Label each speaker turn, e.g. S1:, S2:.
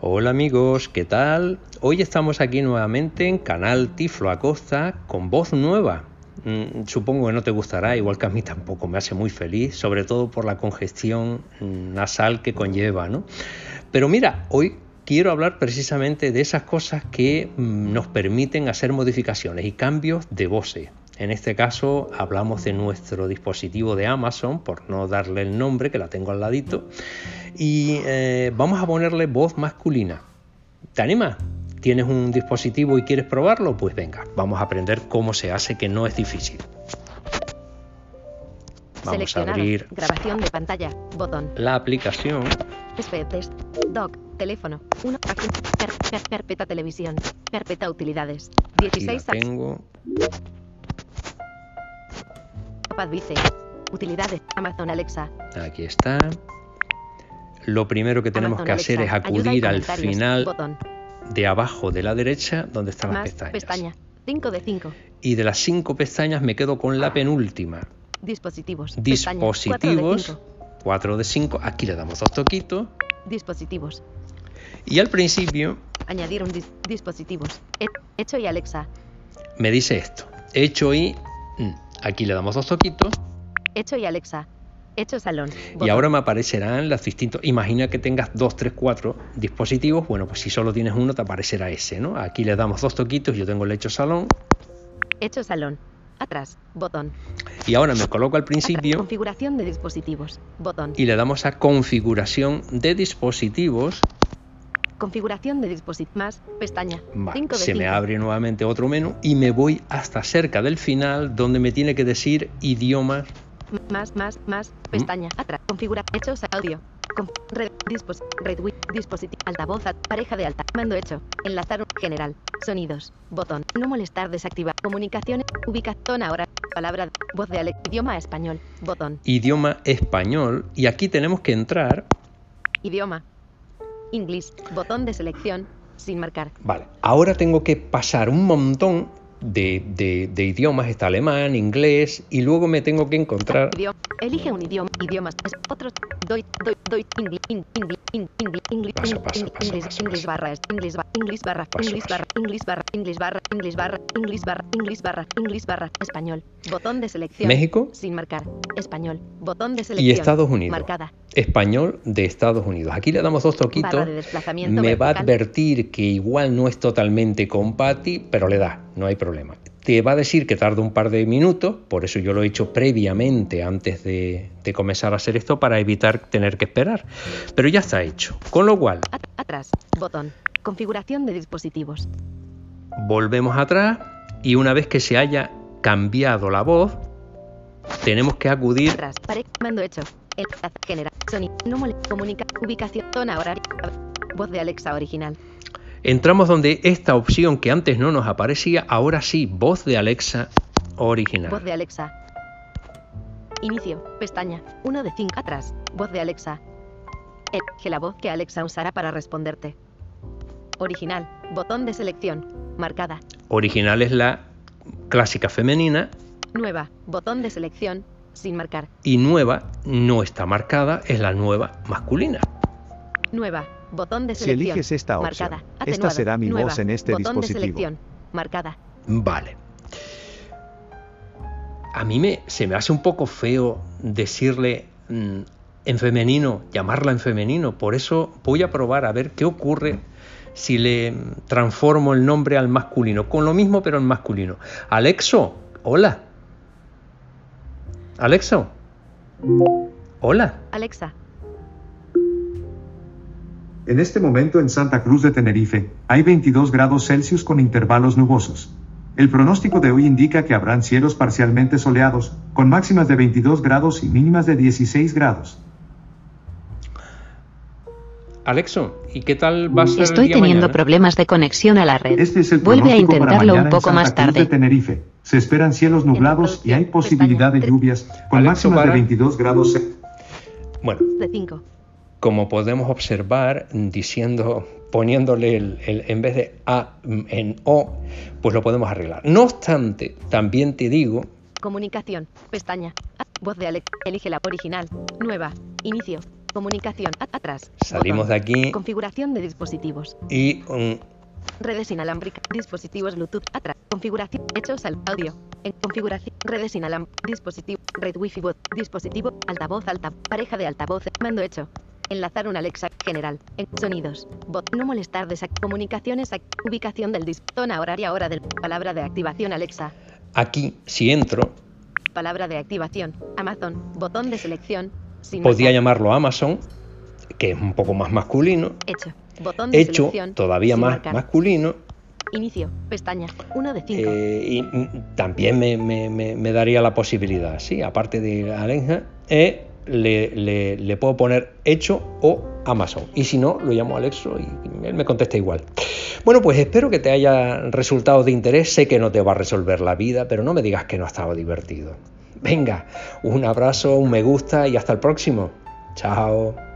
S1: Hola amigos, ¿qué tal? Hoy estamos aquí nuevamente en Canal Tiflo Acosta con voz nueva. Mm, Supongo que no te gustará, igual que a mí tampoco, me hace muy feliz, sobre todo por la congestión mm, nasal que conlleva, ¿no? Pero mira, hoy quiero hablar precisamente de esas cosas que mm, nos permiten hacer modificaciones y cambios de voces. En este caso hablamos de nuestro dispositivo de Amazon, por no darle el nombre, que la tengo al ladito, y eh, vamos a ponerle voz masculina. ¿Te animas? ¿Tienes un dispositivo y quieres probarlo? Pues venga, vamos a aprender cómo se hace, que no es difícil. Vamos a
S2: Seleccionado.
S1: abrir
S2: Grabación de pantalla. Botón.
S1: la aplicación.
S2: Speed test. Doc. Teléfono. 1. carpeta televisión. Carpeta utilidades.
S1: Aquí la
S2: 16.
S1: tengo.
S2: Pad Vice. Utilidades. Amazon Alexa.
S1: Aquí está. Lo primero que tenemos
S2: Amazon
S1: que hacer es
S2: Alexa. Ayuda y
S1: acudir al
S2: comentarios.
S1: final
S2: Botón.
S1: de abajo de la derecha donde están las
S2: Más.
S1: pestañas.
S2: Pestaña. 5 de 5.
S1: Y de las cinco pestañas me quedo con
S2: Ah.
S1: la penúltima.
S2: Dispositivos. Pestaña. Cuatro de
S1: Dispositivos.
S2: cinco.
S1: 4 de 5. Aquí le damos dos toquitos.
S2: Dispositivos.
S1: Y al principio
S2: Añadir un dis- dispositivos. He- Hecho y Alexa.
S1: me dice esto. Hecho y... mm, Aquí le damos dos toquitos.
S2: Hecho y Alexa. Hecho salón.
S1: Y
S2: Botón.
S1: ahora me aparecerán las distintos. Imagina que tengas 2, 3, 4 dispositivos. Bueno, pues si solo tienes uno, te aparecerá ese, ¿no? Aquí le damos dos toquitos. Yo tengo el hecho salón.
S2: Hecho salón. Atrás. Botón.
S1: Y ahora me coloco al
S2: Atrás.
S1: principio
S2: Configuración de dispositivos. Botón.
S1: y le damos a configuración de dispositivos.
S2: Configuración de dispositivos. Más. Pestaña.
S1: Vale,
S2: 5 de
S1: se me
S2: 5.
S1: abre nuevamente otro menú y me voy hasta cerca del final donde me tiene que decir idiomas.
S2: Más, más, más. Pestaña.
S1: Mm.
S2: Atrás. Configura. Hechos. Audio. Con red. Dispos. Red. Dispositivo. Altavoz. at- Pareja de alta. Mando hecho. Enlazar. un- General. Sonidos. Botón. No molestar. Desactivar. Comunicaciones. Ubicación ahora. Palabra. Voz de Alex. Idioma español. Botón.
S1: idioma español y aquí tenemos que entrar.
S2: Idioma. Inglés. Botón de selección. Sin marcar.
S1: Vale, ahora tengo que pasar un montón de, de- de idiomas, está alemán, inglés y luego me tengo que encontrar...
S2: Idioma. Elige un idioma. Idiomas. Es- Otros. Doy, doy, doy. Ingli, ing, ingli, ing, ingli, ingli,
S1: Pasa,
S2: ing-
S1: pasa,
S2: ing-
S1: pasa,
S2: inglis,
S1: pasa,
S2: inglis
S1: pasa.
S2: barra, es- inglis ba- inglis barra,
S1: Pasa,
S2: inglis
S1: pasa.
S2: barra, inglis barra, inglis barra, inglis barra, inglis barra, inglis barra, inglis barra, español. Botón de selección.
S1: México,
S2: Sin marcar. Español. Botón de selección.
S1: Estados Unidos.
S2: Marcada.
S1: español de Estados Unidos. Aquí le damos dos
S2: Barra
S1: toquitos.
S2: de desplazamiento.
S1: Me va a
S2: vertical.
S1: advertir que igual no es totalmente compatible, pero le da, no hay problema. Te va a decir que tarda un par de minutos, por eso yo lo he hecho previamente antes de, de comenzar a hacer esto para evitar tener que esperar. Pero ya está hecho. Con lo cual,
S2: At- Atrás. Botón. Configuración de dispositivos.
S1: volvemos atrás y una vez que se haya cambiado la voz, tenemos que acudir
S2: Atrás. Pare. Mando hecho. El genera. Sony. No mole. Comunica. Ubicación. Zona horaria. Voz de Alexa original.
S1: Entramos donde esta opción que antes no nos aparecía, ahora sí, voz de Alexa original.
S2: Voz de Alexa. Inicio, pestaña, 1 de 5 atrás. Voz de Alexa. Elige la voz que Alexa usará para responderte. Original, botón de selección, marcada.
S1: Original es la clásica femenina
S2: Nueva, botón de selección, sin marcar.
S1: y nueva no está marcada, es la nueva masculina.
S2: Nueva, botón de
S3: Si
S2: selección.
S3: eliges esta opción,
S2: marcada.
S3: esta
S2: atenuada,
S3: será mi
S2: nueva,
S3: voz en este
S2: botón de
S3: dispositivo.
S2: selección, marcada.
S1: Vale. A mí me, se me hace un poco feo decirle mm, en femenino, llamarla en femenino. Por eso voy a probar a ver qué ocurre si le mm, transformo el nombre al masculino. Con lo mismo, pero en masculino. Alexo, hola. Alexo, hola.
S2: Alexa,
S4: En este momento en Santa Cruz de Tenerife, hay 22 grados Celsius con intervalos nubosos. El pronóstico de hoy indica que habrán cielos parcialmente soleados, con máximas de 22 grados y mínimas de 16 grados.
S1: Alexo, ¿y qué tal va a ser el
S5: Estoy
S1: día
S5: teniendo
S1: mañana?
S5: problemas de conexión a la red.
S4: Este es el
S5: Vuelve a
S4: pronóstico para
S5: intentarlo
S4: mañana
S5: un poco
S4: en Santa
S5: más
S4: Cruz de
S5: tarde.
S4: Tenerife. Se esperan cielos nublados y hay posibilidad de lluvias, con
S1: Alexo
S4: máximas de
S1: Vara.
S4: 22 grados Celsius.
S1: Bueno,
S2: de 5.
S1: como podemos observar, diciendo, poniéndole el, el- en vez de A mm, en O, pues lo podemos arreglar. No obstante, también te digo,
S2: Comunicación, pestaña, a- voz de Alexa, elige la original, nueva, inicio, Comunicación. a- Atrás.
S1: Salimos
S2: Botón.
S1: de aquí
S2: Configuración de dispositivos.
S1: y um,
S2: Redes inalámbricas. Dispositivos Bluetooth. Atrás. Configuración. Hechos al audio. En configuración. Redes inalámbricas. Dispositivo. Red Wi-Fi bot. Dispositivo. Altavoz alta. Pareja de altavoz. Mando hecho. Enlazar un Alexa general. En sonidos. Bot. No molestar. Desac. Comunicaciones. ac- Ubicación del dis. Zona horaria. Hora del. Palabra de activación Alexa.
S1: aquí, si entro,
S2: Palabra de activación. Amazon. Botón de selección. Sin
S1: podía
S2: marcar.
S1: llamarlo Amazon, que es un poco más masculino.
S2: Hecho. Botón de
S1: Hecho
S2: selección.
S1: todavía
S2: sin
S1: más
S2: marcar.
S1: masculino.
S2: Inicio. Pestaña. 1 de 5.
S1: eh, y mm, también me, me- me- me daría la posibilidad, sí, aparte de Alexa, eh, le, le- le puedo poner hecho o Amazon. Y si no, lo llamo Alexo y él me contesta igual. Bueno, pues espero que te haya resultado de interés. Sé que no te va a resolver la vida, pero no me digas que no ha estado divertido. Venga, un abrazo, un me gusta y hasta el próximo. Chao.